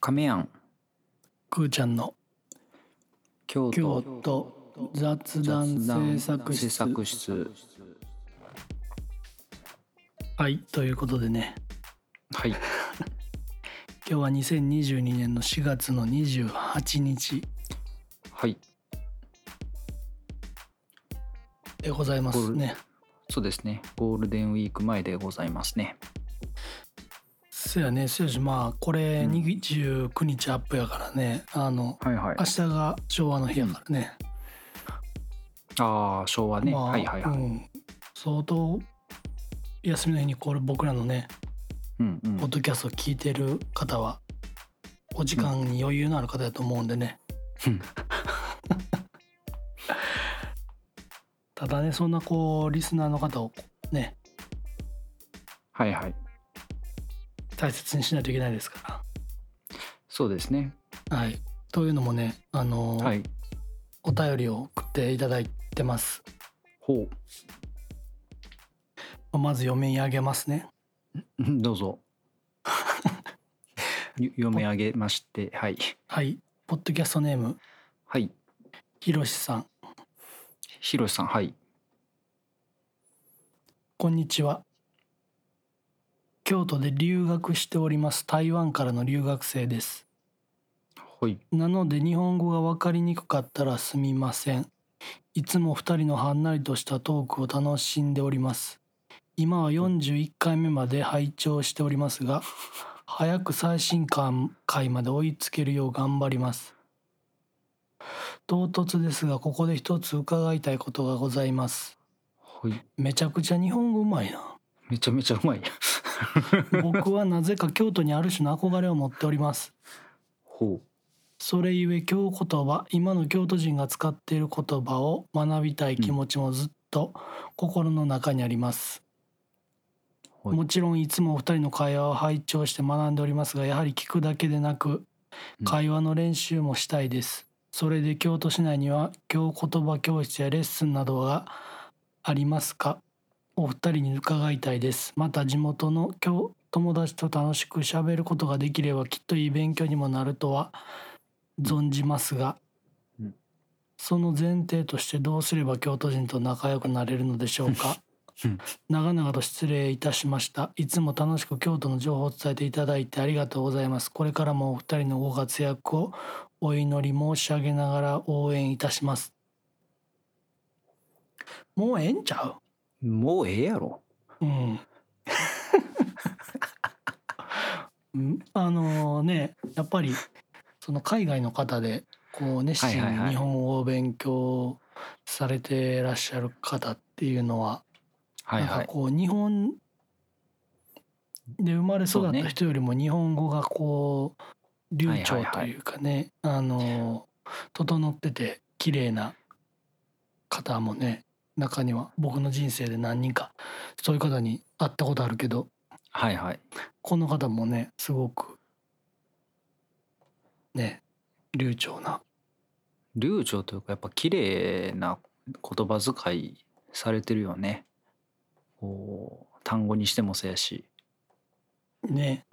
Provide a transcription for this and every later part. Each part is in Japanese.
亀庵くーちゃんの京京都都雑談制作室制作室はいということでねはい今日は2022年の4月の28日はいでございますねそうですねゴールデンウィーク前でございますねせやねせやしまあこれうん29日アップやからねあのはいはい明日が昭和の日やからね、ああ昭和ね、まあ、はいはいはい、うん、相当休みの日にこれ僕らのねうんうんポッドキャスト聞いてる方はお時間に余裕のある方だと思うんでね、うん ただねそんなこうリスナーの方をねはいはい大切にしないといけないですかそうですねら。はい、というのもね、あのーはいお便りを送っていただいてます。ほまず読み上げますね。ううん どう ぞゆ読み上げましてはいはい、ポッドキャストネームはいひろしさん、ひろしさんはいこんにちは。京都で留学しております台湾からの留学生です。ほいなので日本語が分かりにくかったらすみません。いつも2人のはんなりとしたトークを楽しんでおります。今は41回目まで拝聴しておりますが、早く最新刊回まで追いつけるよう頑張ります。唐突ですが、ここで一つ伺いたいことがございます。ほいめちゃくちゃ日本語うまいな。めちゃめちゃう まい僕はなぜか京都にある種の憧れを持っております。ほそれゆえ京言葉今の京都人が使っている言葉を学びたい気持ちもずっと心の中にあります、うほいもちろんいつもお二人の会話を拝聴して学んでおりますがやはり聞くだけでなくうん会話の練習もしたいです、それで京都市内には京言葉教室やレッスンなどがありますかお二人に伺いたいですまた地元の京友達と楽しく喋ることができればきっといい勉強にもなるとは存じますが、うんその前提としてどうすれば京都人と仲良くなれるのでしょうかうん長々と失礼いたしましたいつも楽しく京都の情報を伝えていただいてありがとうございますこれからもお二人のご活躍をお祈り申し上げながら応援いたしますもうええんちゃうもうええやろうん。うん あのねやっぱりその海外の方でこう熱心はいはいはいに日本語を勉強されてらっしゃる方っていうのは、はいなんはかいこう日本で生まれ育そうったね人よりも日本語がこう流暢というかね、あの整ってて綺麗な方もね中には僕の人生で何人かそういう方に会ったことあるけどはいはいこの方もねすごくね流暢な流暢というかやっぱ綺麗な言葉遣いされてるよねこう単語にしてもそうやしね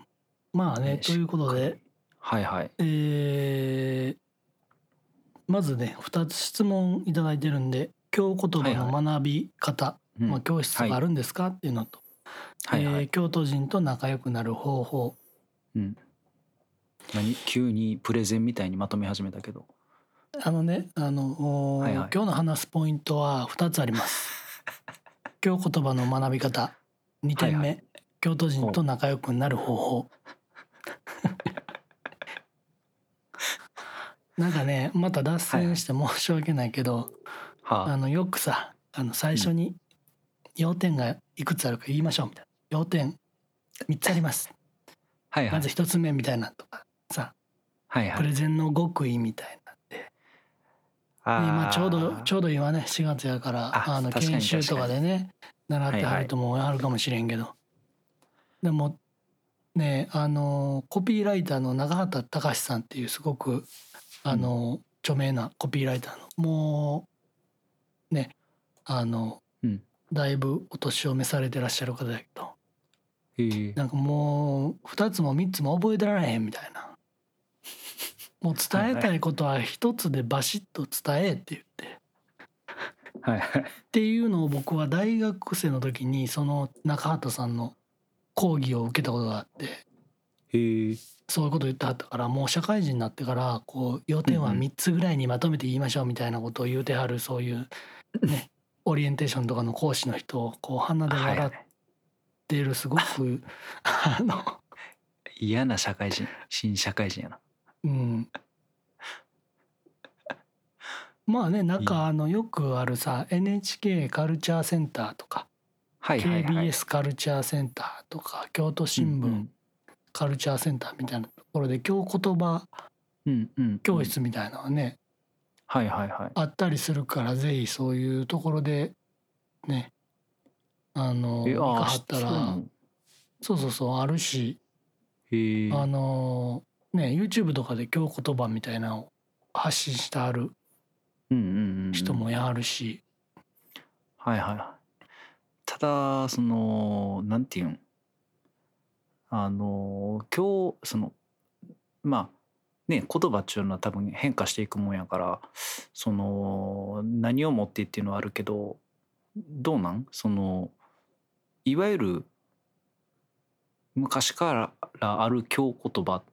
まあねねということではいはいえーまずね2つ質問いただいてるんで京言葉の学び方、うんまあ、教室があるんですか、っていうのと、はいはえーい京都人と仲良くなる方法うん何急にプレゼンみたいにまとめ始めたけどあのねあの、おーはいはい今日の話すポイントは2つあります 京言葉の学び方2点目、はいは京都人と仲良くなる 方法なんかねまた脱線して申し訳ないけど、あはのよくさあの最初に要点がいくつあるか言いましょうみたいな要点3つありますあはいはまいず1つ目みたいなとかさはいはプレいゼンの極意みたいなで今ちょうどちょょうど今ね4月やからああの確かに研修とかでね習ってはるともあるかもしれんけどでもねあのコピーライターの永畑隆さんっていうすごくあの著名なコピーライターのもうねあのうんだいぶお年を召されてらっしゃる方だけどえーなんかもう2つも3つも覚えてられへんみたいなもう伝えたいことは一つでバシッと伝えって言って。はいはいっていうのを僕は大学生の時にその中畑さんの講義を受けたことがあってへえそういうこと言ってはったからもう社会人になってからこう要点はうんうん3つぐらいにまとめて言いましょうみたいなことを言うてはるそういう ねオリエンテーションとかの講師の人をこう鼻ではい笑っはいてるすごく あの嫌な社会人新社会人やなうん。まあねなんかあのよくあるさ NHK カルチャーセンターとかはいはいはい KBS カルチャーセンターとか京都新うんう聞んカルチャーセンターみたいなところで今日言葉うんうん教室みたいなのはね、はいはいはいあったりするからぜひそういうところでねあのえ行かあはあったそうならのそうそうそうあるし、へえあのね YouTube とかで今日言葉みたいなのを発信してあるうんうんうん人もやるし、はいはい。ただそのなんていうんあの今日そのまあね言葉っていうのは多分変化していくもんやからその何を持ってっていうのはあるけどどうなんそのいわゆる昔からある今日言葉っ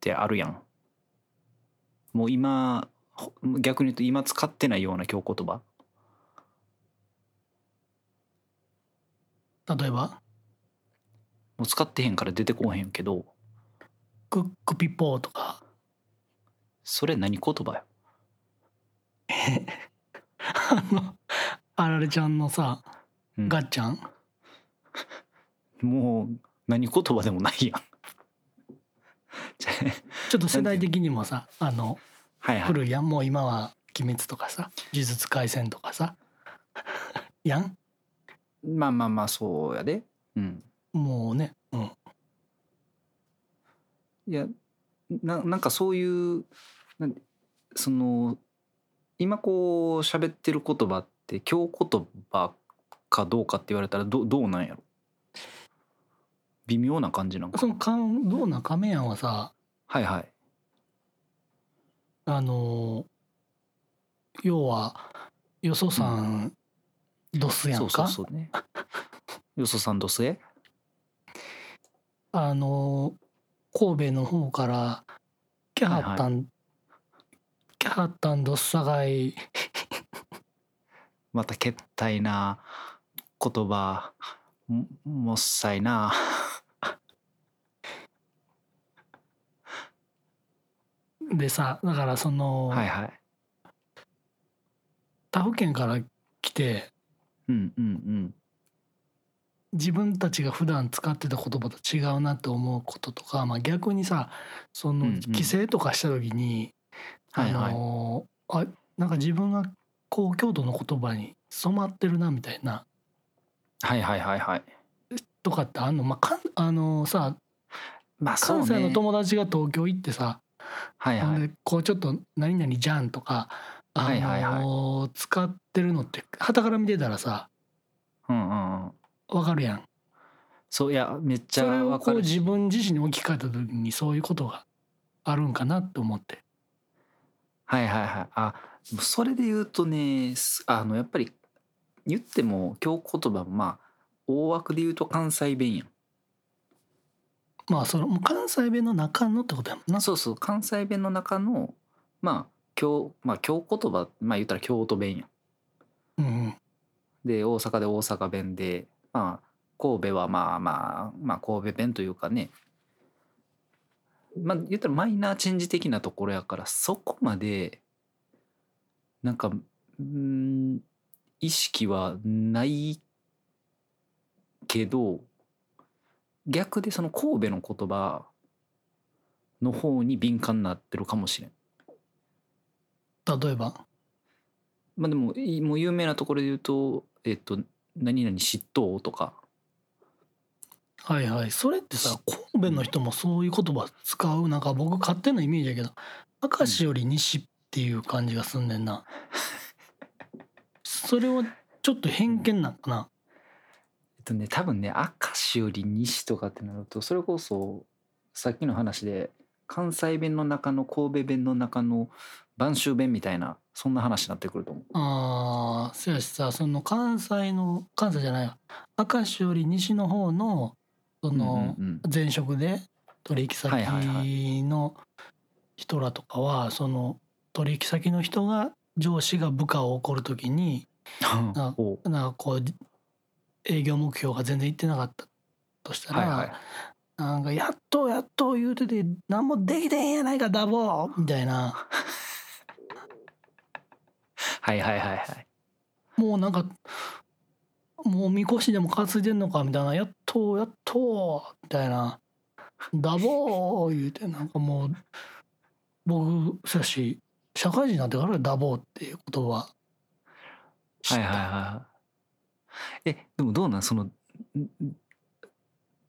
てあるやん。もう今ほ逆に言うと今使ってないような今日言葉例えばもう使ってへんから出てこうへんけどクックピポーとかそれ何言葉やあのあられちゃんのさ、うんガッちゃんもう何言葉でもないやん じゃあちょっと世代的にもさあのはいはい古いやんもう今は「鬼滅」とかさ「呪術廻戦」とかさ やんまあまあまあそうやでうんもうね、うん、いやななんかそういうなんその今こう喋ってる言葉って今日言葉かどうかって言われたらどどうなんやろ微妙な感じなんかそのかんどうな亀やんはさはいはいあのー要はよそさんドスやそんうそかうそうね よそさんどすえあのー神戸の方からキャハッタン、キャハッタンドスさがいまたけったいな言葉ももっさいなでさだからその、はいはい他府県から来てうんうんうん自分たちが普段使ってた言葉と違うなって思うこととか、まあ、逆にさそのうんうん帰省とかした時に、はいはいあのーあなんか自分がこう京都の言葉に染まってるなみたいなはいはいはいはいとかってあんの、まあ、かんあのーさまあそう関西のね友達が東京行ってさ、はいほはんいでこうちょっと「何々じゃん」とか、あのーはいはいはい使ってるのってはたから見てたらさうんうんうんわかるやん。そういやめっちそゃれをわこかうるし自分自身に置き換えた時にそういうことがあるんかなって思って。はいはいはいあでもそれで言うとねすあのやっぱり言っても今日言葉もまあ大枠で言うと関西弁やんまあそれも関西弁の中のってことやもんな。そうそう関西弁の中のまあ京まあ京言葉まあ言ったら京都弁やんうんうん、で大阪で大阪弁でまあ神戸はまあまあまあ神戸弁というかねまあ言ったらマイナーチェンジ的なところやからそこまでなんかうーん意識はないけど逆でその神戸の言葉の方に敏感になってるかもしれん。例えばまあでもいもう有名なところで言うと「えっと、何々嫉妬」とかはいはいそれってさ神戸の人もそういう言葉使うなんか僕勝手なイメージやけど明石より西っていう感じがすんねんな。それはちょっと偏見なんかな。えっとね多分ね明石より西とかってなるとそれこそさっきの話で関西弁の中の神戸弁の中の播州弁みたいなそんな話になってくると思うああそやしさその関西の関西じゃないわ明石より西の方のそのうんうんうん前職で取引はいはいは先の人らとかはその取引先の人が上司が部下を怒るときにあおうなんかこう営業目標が全然いってなかったとしたら、はいはいなんかやっとやっと言うてて何もできてへんやないかダボーみたいな。はいはいはいはいもうなんかもうみこしでも担いでんのかみたいなやっとやっとみたいなダボー言うてなんかもう僕そやし社会人になってからダボーっていう言葉知っはいた、はいはいはいえでもどうなんそのんん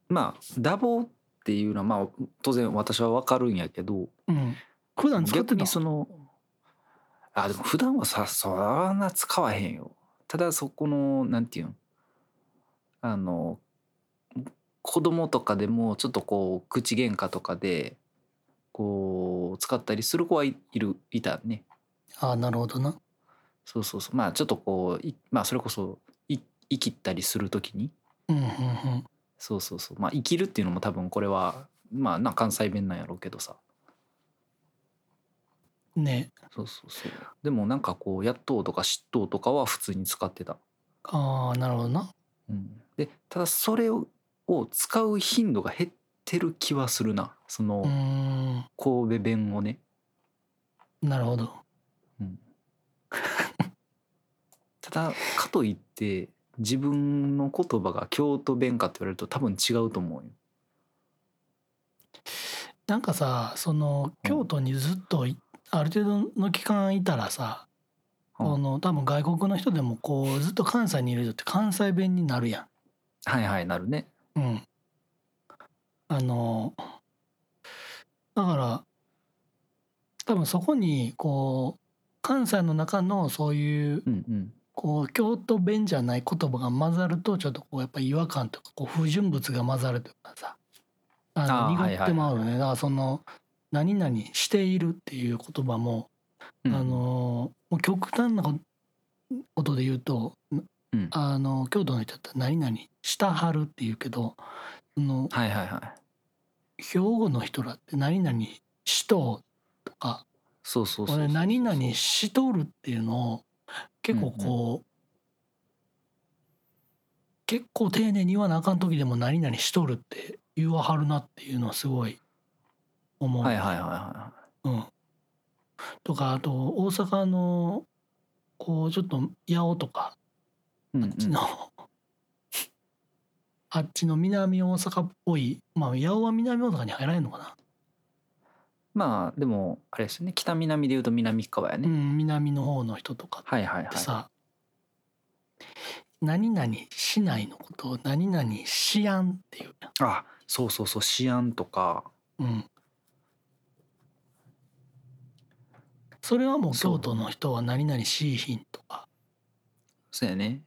まあダボっていうのはまあ当然私はわかるんやけどうん普段使って逆たにそのあでも普段はさそんな使わへんよただそこのなんていうんあの子供とかでもちょっとこう口喧嘩とかでこう使ったりする子はいいるいたねああなるほどなそうそうそうまあちょっとこういまあそれこそい生きったりするときにうんうんうんそうそうそうまあ生きるっていうのも多分これはまあな関西弁なんやろうけどさねそうそうそうでもなんかこう「やっとう」とか「嫉妬」とかは普通に使ってた、ああなるほどなうん、でただそれをを使う頻度が減ってる気はするなそうーのん神戸弁をね、なるほどうん、ただかといって自分の言葉が京都弁かって言われると多分違うと思うよなんかさそのうん京都にずっといある程度の期間いたらさうんこの多分外国の人でもこうずっと関西にいる人って関西弁になるやはいはいなるねん。うん、あのだから多分そこにこう関西の中のそういううんうんこう京都弁じゃない言葉が混ざるとちょっとこうやっぱ違和感とかこう不純物が混ざるというかさあのあー濁ってまうはいはよね、いはいだからその「何々している」っていう言葉も、うんあのもう極端なこことで言うと、うんあの京都の人だったら「何々したはる」っていうけどそのはいはいはい兵庫の人らって「何々しとう」とかそうそうそうそう俺何々しとるっていうのを結構こう、結構丁寧に言わなあかん時でも何々しとるって言わはるなっていうのはすごい思う。はいはいはいはうん、とかあと大阪のこうちょっと八尾とかいうんあっちの、あっちの南大阪っぽいまあ八尾は南大阪に入らないのかな、まあでもあれですよね北南でいうと南側やね、うん、南の方の人とかはいはいっはいてさ、何々しないのことを何々しやんっていうやあそうそうそうシアンとかん、うん、それはもうそう京都の人は何々しいひんとかそうやね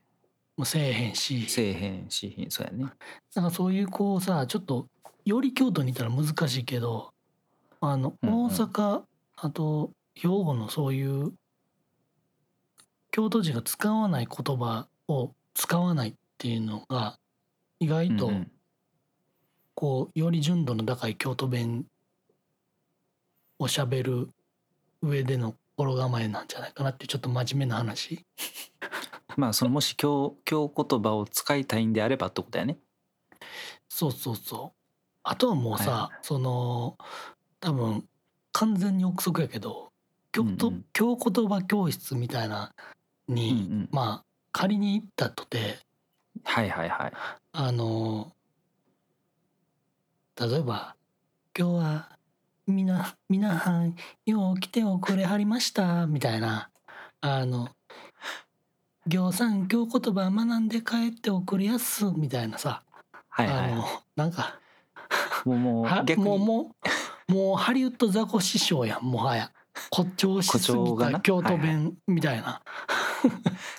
もうせえへんしせえへんしひんそうやねなんかそういうこうさちょっとより京都にいたら難しいけどあのうんうん大阪、あと兵庫のそういう京都人が使わない言葉を使わないっていうのが意外と、うんうんこうより純度の高い京都弁をしゃべる上での心構えなんじゃないかなっていうちょっと真面目な話 まあそのもし京京言葉を使いたいんであればってことやねそうそうそうあとはもうさ、はその多分完全に憶測やけど京都、うんうん京言葉教室みたいなうんうに、んまあ仮に行ったとてはいはいはいあの例えば「今日はみなみなはんよう来ておくれはりました」みたいなあの「行さん行言葉学んで帰っておくれやす」みたいなさ、はいはいあはのなんかいもうもはう逆にもうもうもうハリウッドザコ師匠やんもはや誇張し すぎ誇張がたな京都はい弁みたいな。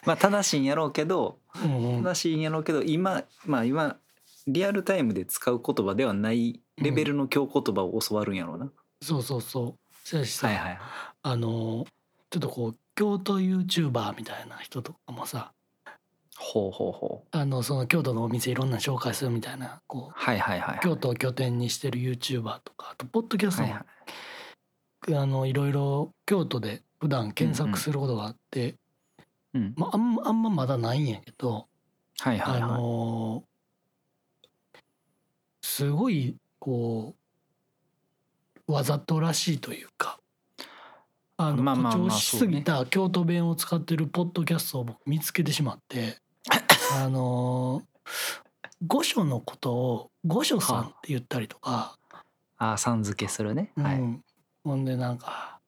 まあ正しいんやろうけどうんうん正しいんやろうけど今まあ今リアルタイムで使う言葉ではないレベルの京言葉を教わるんやろうな、そうそうそうそうやしさ、はいはいあのちょっとこう京都 YouTuber みたいな人とかもさほうほうほうあのその京都のお店いろんな紹介するみたいなこうはいはいはい京都を拠点にしてる YouTuber とかあとポッドキャストはもいはいあのいろいろ京都で普段検索することがあって、うんまあ、あんまあんままだないんやけど、はいはいあはいのーすごいこうわざとらしいというかあのまあまあまあ誇張しすぎた京都弁を使ってるポッドキャストを僕見つけてしま って、あのー御所のことを御所さんって言ったりとか。あーさん付けするねはういん、ほんでなんか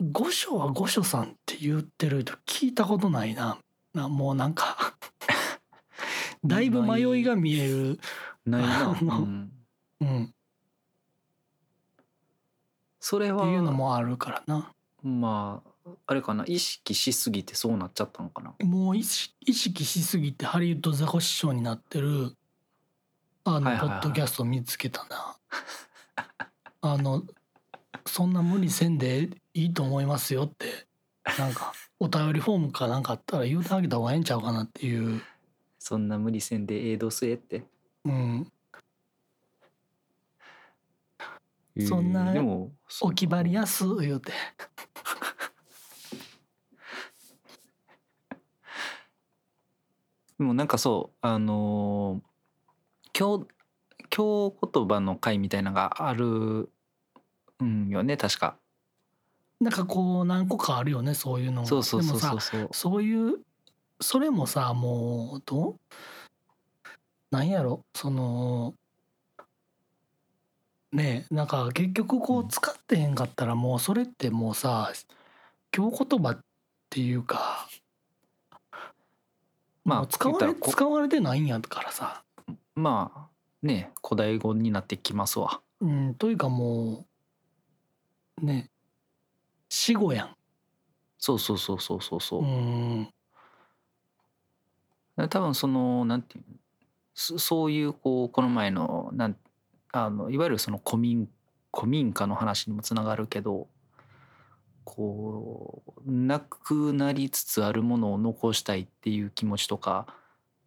五所は五所さんって言ってる人聞いたことないななもうな んかだいぶ迷いが見える、ないな あのうんうん、っそれてはいうのもあるからなまああれかな意識しすぎてそうなっちゃったのかなもう意識意識しすぎてハリウッドザコシショウになってるあのはいはポいはいッドキャスト見つけたな、 あのそんな無理せんでいいと思いますよってなんかお便りフォームかなんかあったら言うてあげた方がええんちゃうかなっていう、そんな無理せんでええどうせえってうん、そんなでもそうお決まりやす言うてでもなんかそうあのー京京言葉の会みたいなのがあるんよね確かなんかこう何個かあるよねそういうのがそうそうそうでそもうさそうそういうそれもさもうどうなんやろそのねえなんか結局こううん使ってへんかったらもうそれってもうさ京言葉っていうかまあもう使わ言れったらこ使われてないんやからさ、まあね古代語になってきますわうん、というかもうねえ死語やんそうそうそうそうそうそうう、ん多分そのなんていうのそそういうこうこの前のなんあのいわゆるその古民古民家の話にもつながるけどこうなくなりつつあるものを残したいっていう気持ちとか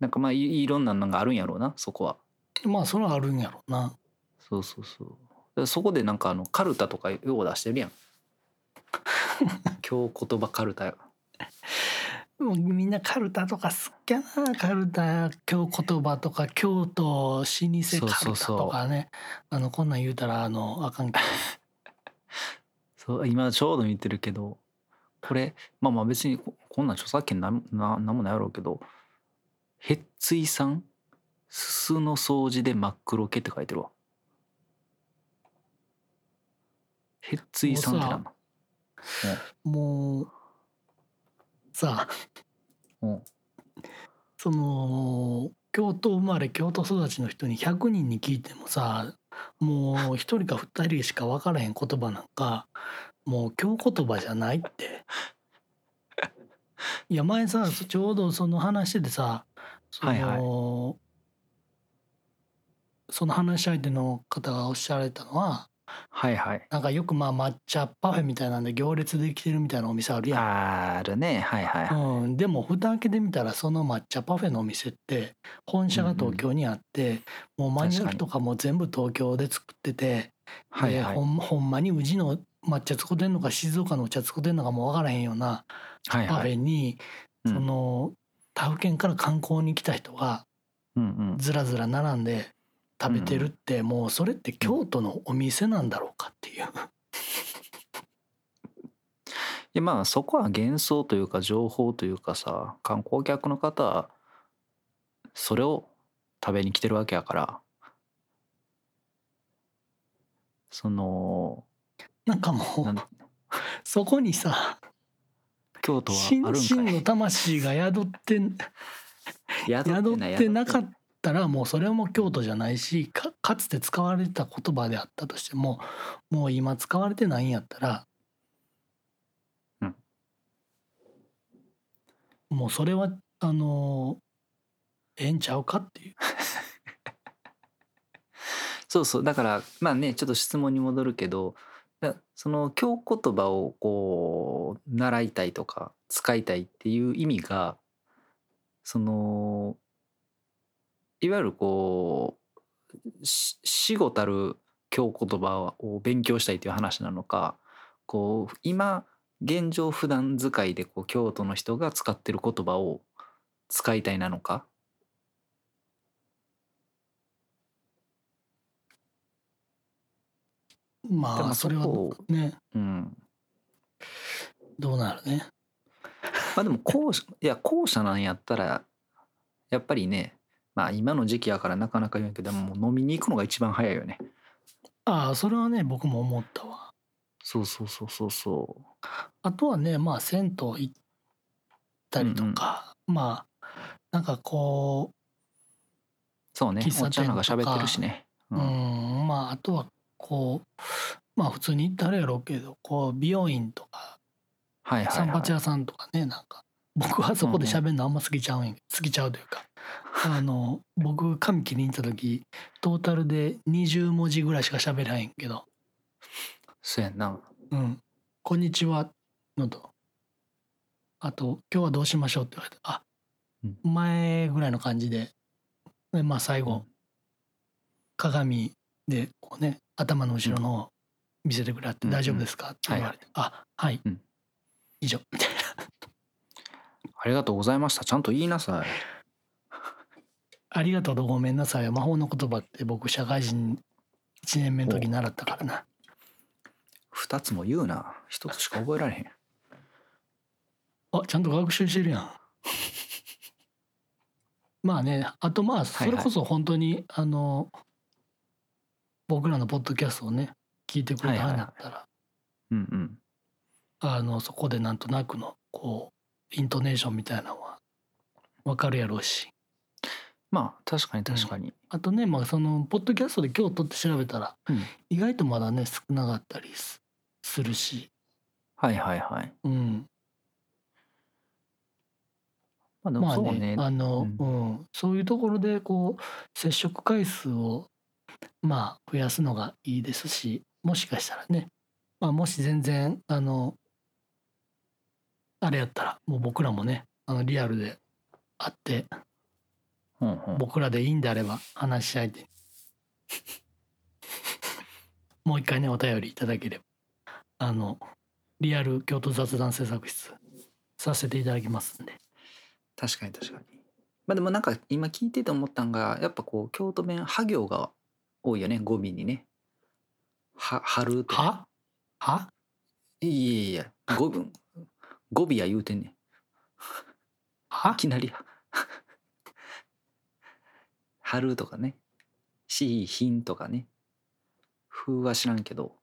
なんかまあいいろんなのがあるんやろうなそこは。まあそれはあるんやろうなそうそうそうだからそこでなんかあのカルタとかよう出してるやん。今日言葉カルタもうみんなカルタとか好きやなカルタ京言葉とか京都そ老舗カうそうルタそうとかねあのこんなん言うたらあのあかんけそう 今ちょうど見てるけどこれまあまあ別にここんなん著作権なんななんもないやろうけど「へっついさんすすの掃除で真っ黒け」って書いてるわ。へっついさんってなんだ。どもうさあうんその京都生まれ京都育ちの人に100人に聞いてもさもう1人か2人しか分からへん言葉なんかもう京言葉じゃないって。いや前さちょうどその話しててさその,、はいはいその話し相手の方がおっしゃられたのははいはい。なんかよくまあ抹茶パフェみたいなんで行列できてるみたいなお店あるやん。あるねはいはい。うん、でも蓋開けてみたらその抹茶パフェのお店って本社が東京にあって、もうマニュアルとかも全部東京で作ってて、はいではいほんほんまに宇治の抹茶作ってんのか静岡のお茶作ってんのかも分からへんようなはいパはフェい。に、うんその他府県から観光に来た人がうんうんずらずら並んで食べてるって、もうそれって京都のお店なんだろうかっていう。いやまあそこは幻想というか情報というかさ観光客の方はそれを食べに来てるわけやからそのなんかもなんうそこにさ京都は真ある真ん かのい魂が宿ってん宿ってなかたったらもうそれはもう京都じゃないしかかつて使われてた言葉であったとしてももう今使われてないんやったら、うんもうそれはあのええんちゃうかっていうそうそうだからまあねちょっと質問に戻るけどだその教言葉をこう習いたいとか使いたいっていう意味がそのいわゆるこうし死後たる教言葉を勉強したいという話なのかこう今現状普段使いでこう京都の人が使ってる言葉を使いたいなのかでまもあそれはそこねうんどうなるねまあでも後者いや後者なんやったらやっぱりねまあ今の時期やからなかなか言うんやけどもう飲みに行くのが一番早いよねああそれはね僕も思ったわそうそうそうそうそうあとはねまあ銭湯行ったりとか、まあなんかこそうね喫茶おっちゃんの方が店とか喋ってるしねうううんんまああとはこうまあ普通に行ったらやろうけどこう美容院とかはいはい散はい髪屋さんとかねなんか僕はそこで喋るのあんま好きちゃうんや好きちゃうというかあの僕髪切りに行った時トータルで20文字ぐらいしか喋らへんけどそうやんなうん、こんにちはのと、あと、今日はどうしましょうって言われて、あ、うん前ぐらいの感じで、で、まあ最後、鏡でこうね、頭の後ろのを見せてくれって、うん大丈夫ですかって言われて、あ、はい、うん以上、みたいな。ありがとうございましたちゃんと言いなさいありがとうとごめんなさいは魔法の言葉って僕、社会人1年目の時習ったからな。二つも言うな一つしか覚えられへんあちゃんと学習してるやん。 まあねあとまあそれこそ本当に、あの僕らのポッドキャストをね聞いてくれたはいはい話はいだったら、うんうんあのそこでなんとなくのこうイントネーションみたいなのは分かるやろうしまあ確かに確かに、あとねまあそのポッドキャストで今日撮って調べたら、うん意外とまだね少なかったりすするし、はいはいはいうん、まあでまもあそうねね,、あの、ううんそういうところでこう接触回数をまあ増やすのがいいですしもしかしたらね、まあ、もし全然あのあれやったらもう僕らもねあのリアルで会ってうんうん僕らでいいんであれば話し合いで もう一回ねお便りいただければあのリアル京都雑談制作室させていただきますんで。確かに確かにまあでもなんか今聞いてて思ったんがやっぱこう京都弁は行が多いよね語尾にねは春とかははいやいやいや語分語尾や言うてんねんいはきなり 春とかねしひんとかね風は知らんけど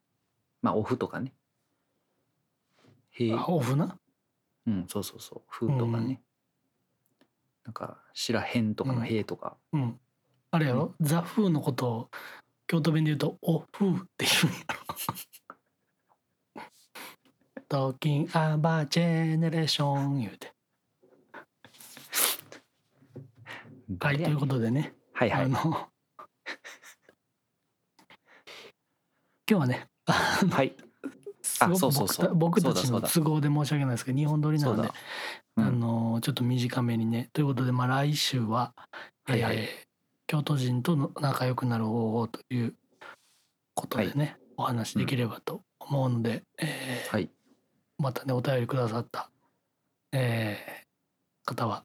まあオフとかねへえあオフなうんそうそうそう風とかね、うんなんか知らへんとかのへとか、うんあれやろ、ザ・フーのことを京都弁で言うと「おふー」って言うんやろ「トキンアバジェネレーション」言うてはいということでね、はいはいあの今日はねはい。すあごくそうそうそう僕た僕たちそのうだ都そ合で申し訳ないですけど日本撮りなそうのでだ。うんあのちょっと短めにねということで、まあ、来週は、はいはいえー京都人との仲良くなる方法ということでね、お話しできればと思うので、えーはい。またねお便りくださった、えー方は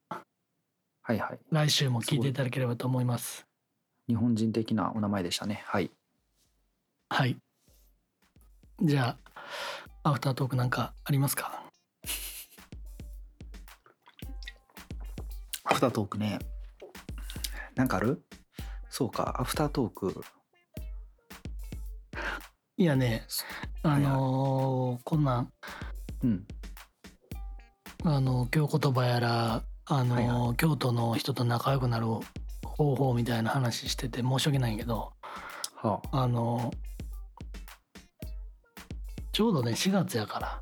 はいはい。来週も聞いていただければと思います。日本人的なお名前でしたね。はい。はいじゃあアフタートークなんかありますかアフタートークね。なんかあるそうか、アフタートーク。いやねあのーこんなんうん。あの京言葉やらあの、はいは京都の人と仲良くなる方法みたいな話してて申し訳ないんやけどはあ。あのちょうどね4月やから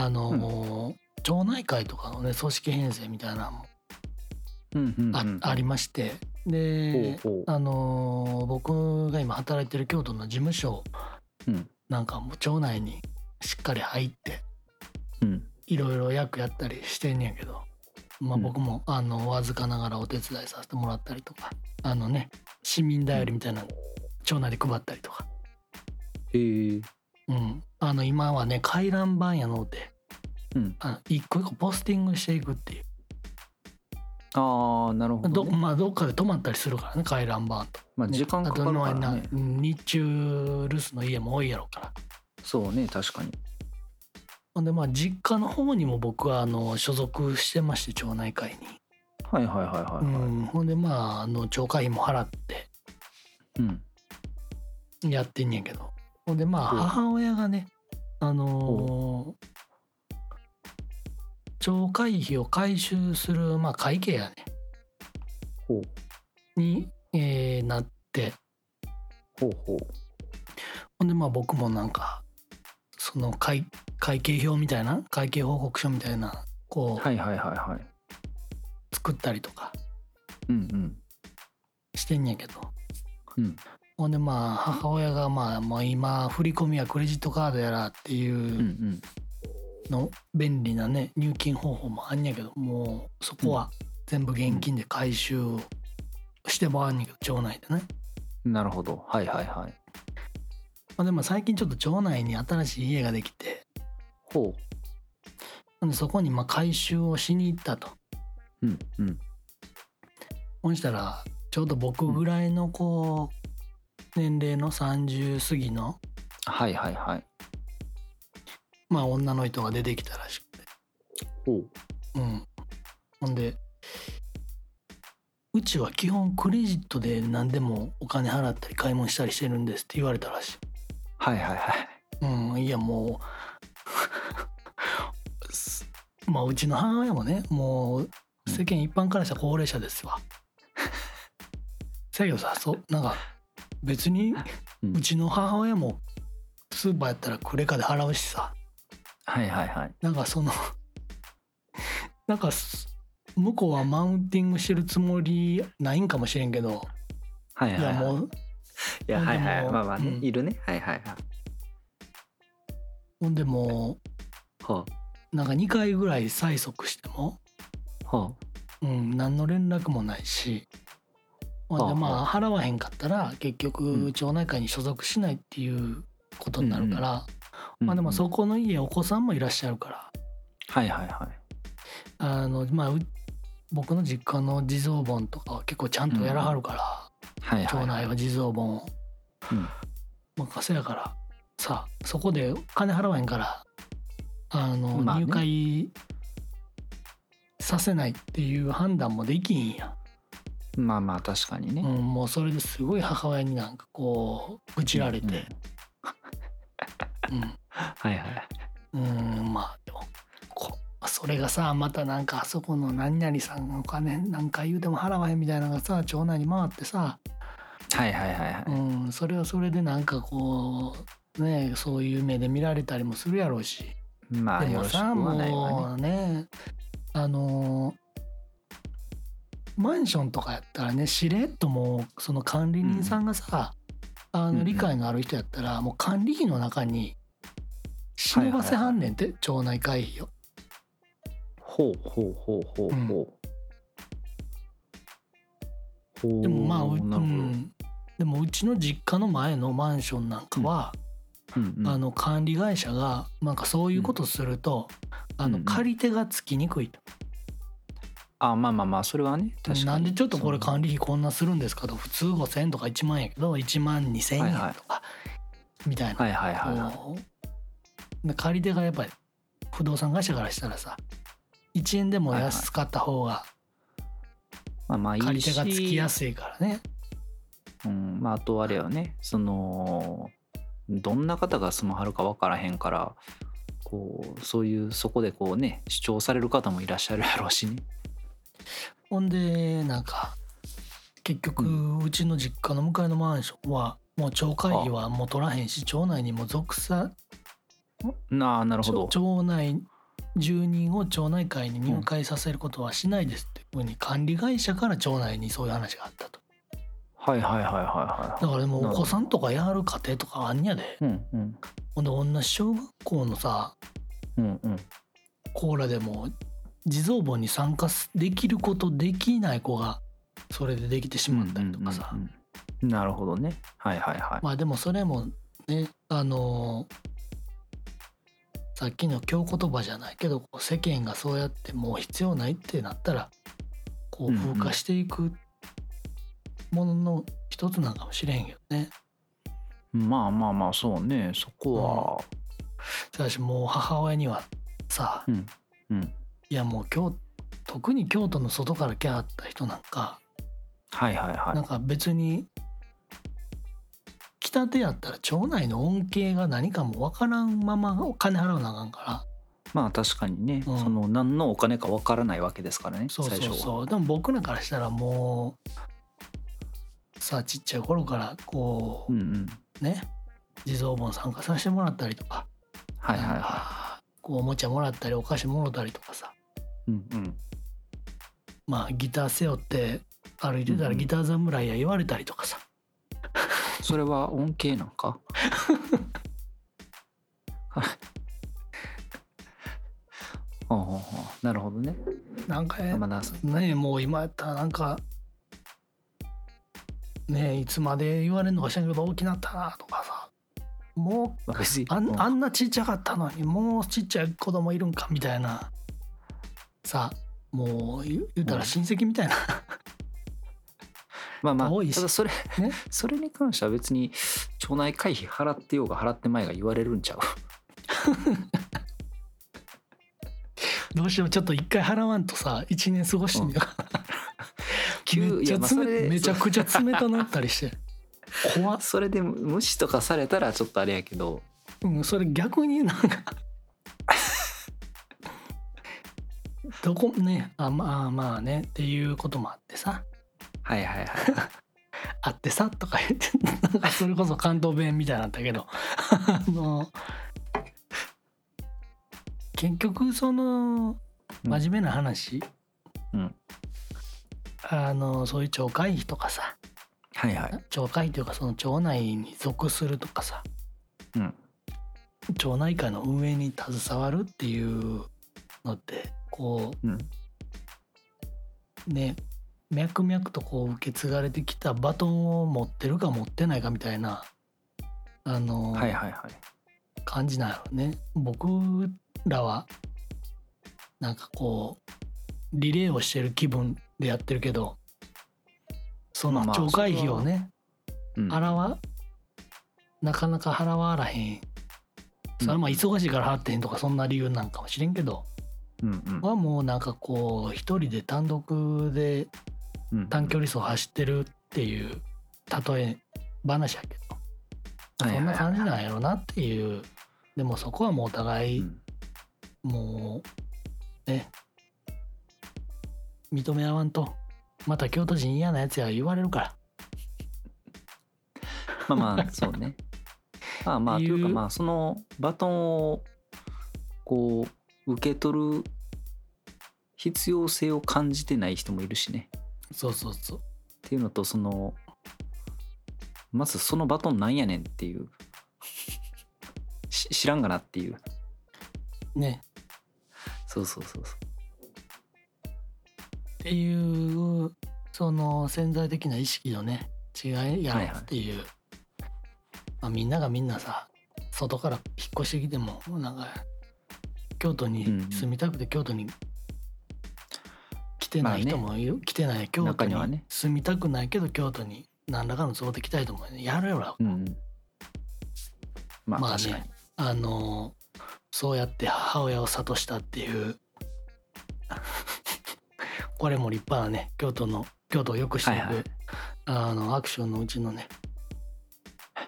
あの、町内会とかのね組織編成みたいなのもうんうん、うんあ,、ありましてでほうほうあのー僕が今働いてる京都の事務所うんなんかもう町内にしっかり入ってうんいろいろ役やったりしてんねやけど、まあ、うん僕も、あのわずかながらお手伝いさせてもらったりとかあのね市民だよりみたいなの町内で配ったりとか、へえうん、あの今はね回覧板やのうてうんあの一個一個ポスティングしていくっていうああなるほど,、ど,、ねまあ、どっかで止まったりするからね回覧板と。まあ、ね時間かかるかあとらなね日中留守の家も多いやろうからそうね確かにほんでまあ実家の方にも僕はあの所属してまして町内会に、はいはいはいはいはういん、ほんでまああの町会費も払ってうんやってんねやけどほんでまあほう母親がねあのー町会費を回収する、まあ、会計やねほうに、えーなってほうほうほんでまあ僕もなんかその会会計表みたいな会計報告書みたいなこうはいはいはいはい作ったりとかうんうんしてんねやけど、うんほんでまあ母親がまあもう今振り込みやクレジットカードやらっていうんううんの便利なね入金方法もあんやけどもうそこは全部現金で回収をしてもらうんやけど町内でね。なるほどはいはいはいまあ、でも最近ちょっと町内に新しい家ができてほほんでそこにまあ回収をしに行ったと。ううんうんそしたらちょうど僕ぐらいのこう年齢の30過ぎのはいはいはいまあ女の人が出てきたらしくて。ほううん。ほんで、うちは基本クレジットで何でもお金払ったり買い物したりしてるんですって言われたらしい。はいはいはいうん、いやもうす、まあうちの母親もね、もう世間一般からしたら高齢者ですわ。せやけどさ、そう、なんか別にうんうちの母親もスーパーやったらクレカで払うしさ。はいはいはいなんかその なんかす向こうはマウンティングしてるつもりないんかもしれんけどはいいはいやはいもういやはいはでいもまあまあね、うんいるねはいはいはいほんでもはうなんか2回ぐらい催促しても、あはうん、何の連絡もないしほんではあまあ払わへんかったらう結局ん町内会に所属しないっていうことになるから、あ、まあでもうそんこの家お子さんもいらっしゃるからはいはいはいあのまあう僕の実家の地蔵盆とかは結構ちゃんとやらはるから。はいは町い内は地蔵盆を、うんまあ、せやからさそこで金払わへんからあの、まあね入会させないっていう判断もできんや、まあまあ確かにね、うん、もうそれですごい母親になんかこう愚痴られて、うんはいはいうん、まあでもこそれがさまたなんかあそこの何々さんのお金なんか言うても払わへんみたいなのがさ町内に回ってさ、はいはいはいはい、うん、それはそれでなんかこうねそういう目で見られたりもするやろうしまあでよもろしくさはないわねもうねあのマンションとかやったらねしれっともうその管理人さんがさ、あうんうのん理解のある人やったら、もう管理費の中に忍ばせはんねんって、町内会費を。ほうほうほうほううんほう、ほうでもまあう,、うなるほどん、でもうちの実家の前のマンションなんかは。うんうんあの管理会社がなんかそういうことすると、あうのんうん借り手がつきにくいと、あまあまあまあそれはね確かになんでちょっとこれその管理費こんなするんですかと普通5,000とか1万円やけど1万2,000円とか、はいみたいな、はいはいはいはいこうで借り手がやっぱり不動産会社からしたらさ1円でも安かった方がまあまあいいし借り手がつきやすいからね、うんまあ、あとあれよねそのどんな方が住まはるか分からへんからこうそういうそこでこうね主張される方もいらっしゃるやろうしね。ほんでなんか結局、ううちの実家の向かいのマンションはもう町会費はもう取らへんし町内にも属さなあなるほ町ど。町内住人を町内会に入会させることはしないですっていうふうに管理会社から町内にそういう話があったとはいはいはいはだからもうなるほおど子さんとかやる家庭とかあんやでいはいうんうんほんで同じ小学校のさうんうんコーラでも地蔵盆に参加すできることできない子がそれでできてしまったりとかさ、うんうんうんなるほどねはいはいはい、まあでもそれもねあのーさっきの京言葉じゃないけどこう世間がそうやってもう必要ないってなったらこううんうん風化していくものの一つなんかもしれへんけどね。まあまあまあそうねそこただしもう母親にはさはうんうんいやもう京特に京都の外から来はった人なんかはいはいはいなんか別に北手やったら町内の恩恵が何かも分からんままお金払うなあかんから。まあ確かにね、うんその何のお金かわからないわけですからねそう最そう初はそうでも僕らからしたらもうさあちっちゃい頃からこう、うんうんね地蔵盆参加させてもらったりとか,、はいはいなんはかこうおもちゃもらったりお菓子もろたりとかさいうんうんまあギター背負って歩いてたうんらうんギター侍や言われたりとかさ、それは恩恵なん かはいほうほうほうなるほどねなんかね山田さんねえもう今やったらなんかねえいつまで言われるのか知らんけど大きなったなとかさもうまあ別にあうんんあんなちっちゃかったのにもうちっちゃい子供いるんかみたいなさもう言言うたら親戚みたいな、 まあま多いあしただそれ、ねそれに関しては別に町内会費払ってようが払ってまいが言われるんちゃうどうしようちょっと一回払わんとさ一年過ごしてみようかな、急めっいちゃやまあそ冷れめちゃくちゃ冷たなったりして怖っ、それで無無視とかされたらちょっとあれやけどうん、それ逆になんかどこねあまあまあねっていうこともあってさはいはいはいあってさとか言って なんかそれこそ関東弁みたいなんだけど あの結局そのうん真面目な話、うんあのそういう町会費とかさはいはい町会費というかその町内に属するとかさうん町内会の運営に携わるっていうのってこうんうね脈々とこう受け継がれてきたバトンを持ってるか持ってないかみたいなあの、はいはいはい感じなんやろね僕らはなんかこうリレーをしてる気分でやってるけどそのまあまあ町会費をね、うん払わなかなか払わらへんそれはまあ忙しいから払ってへんとかそんな理由なんかもしれんけど、うんうんはもうなんかこう一人で単独でうん短距離走走ってるっていう例え話やけど、はいはそいんはない感じなんやろなっていうでもそこはもうお互い、うんもうね認め合わんとまた京都人嫌なやつや言われるからまあまあそうね。まあまあっとていういうかまあそのバトンをこう受け取る必要性を感じてない人もいるしね。そうそうそうっていうのとそのまずそのバトンなんやねんっていうし知らんがなっていうねそうそうそうそうっていうその潜在的な意識のね違いやろっていう、まあ、みんながみんなさ外から引っ越してきてもなんか京都に住みたくて京都に来てない人もいる、来てない京都中にはにね住みたくないけど京都に何らかの都合で来たいと思うねやるやろ。うんうんまあ、まあね確かにあのそうやって母親を諭したっていう これも立派なね京都の京都を良くしていく、はいはいあのアクションのうちのね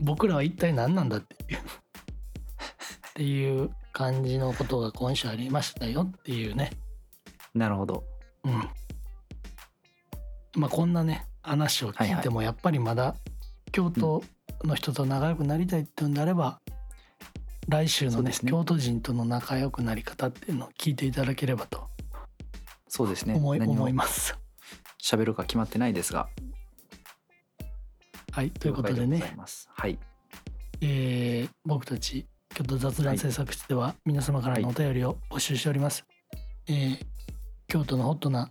僕らは一体何なんだっていうっていう感じのことが今週ありましたよっていうねなるほどうんまあこんなね話を聞いてもやっぱりまだ京都の人と仲良くなりたいっていうんであれば、来週そのうねですね京都人との仲良くなり方っていうのを聞いていただければとそうですね思い,、何思をいます。喋るか決まってないですがはいということで了解ねございますはいえー僕たち京都雑談制作室では皆様からのお便りを募集しております、えー京都のホットな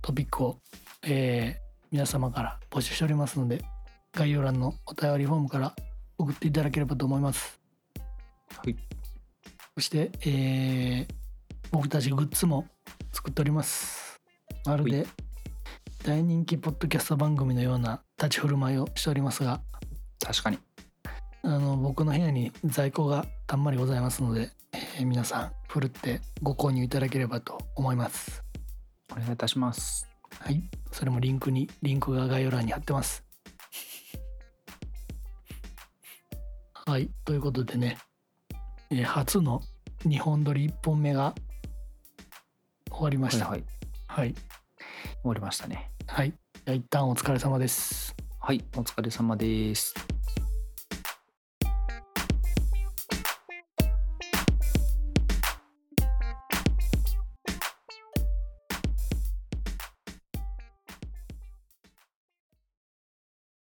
トピックを、えー皆様から募集しておりますので概要欄のお便りフォームから送っていただければと思いますはいそして、えー僕たちグッズも作っておりますまるはで大人気ポッドキャスト番組のような立ち振る舞いをしておりますが確かにあの僕の部屋に在庫がたんまりございますので、えー皆さんふるってご購入いただければと思いますお願いいたしますはいそれもリンクにリンクが概要欄に貼ってますはいということでね、えー初の2本撮り1本目が終わりまはしいたはい終はいわりましたねはい、じゃあ一旦お疲れ様ですはいお疲れ様です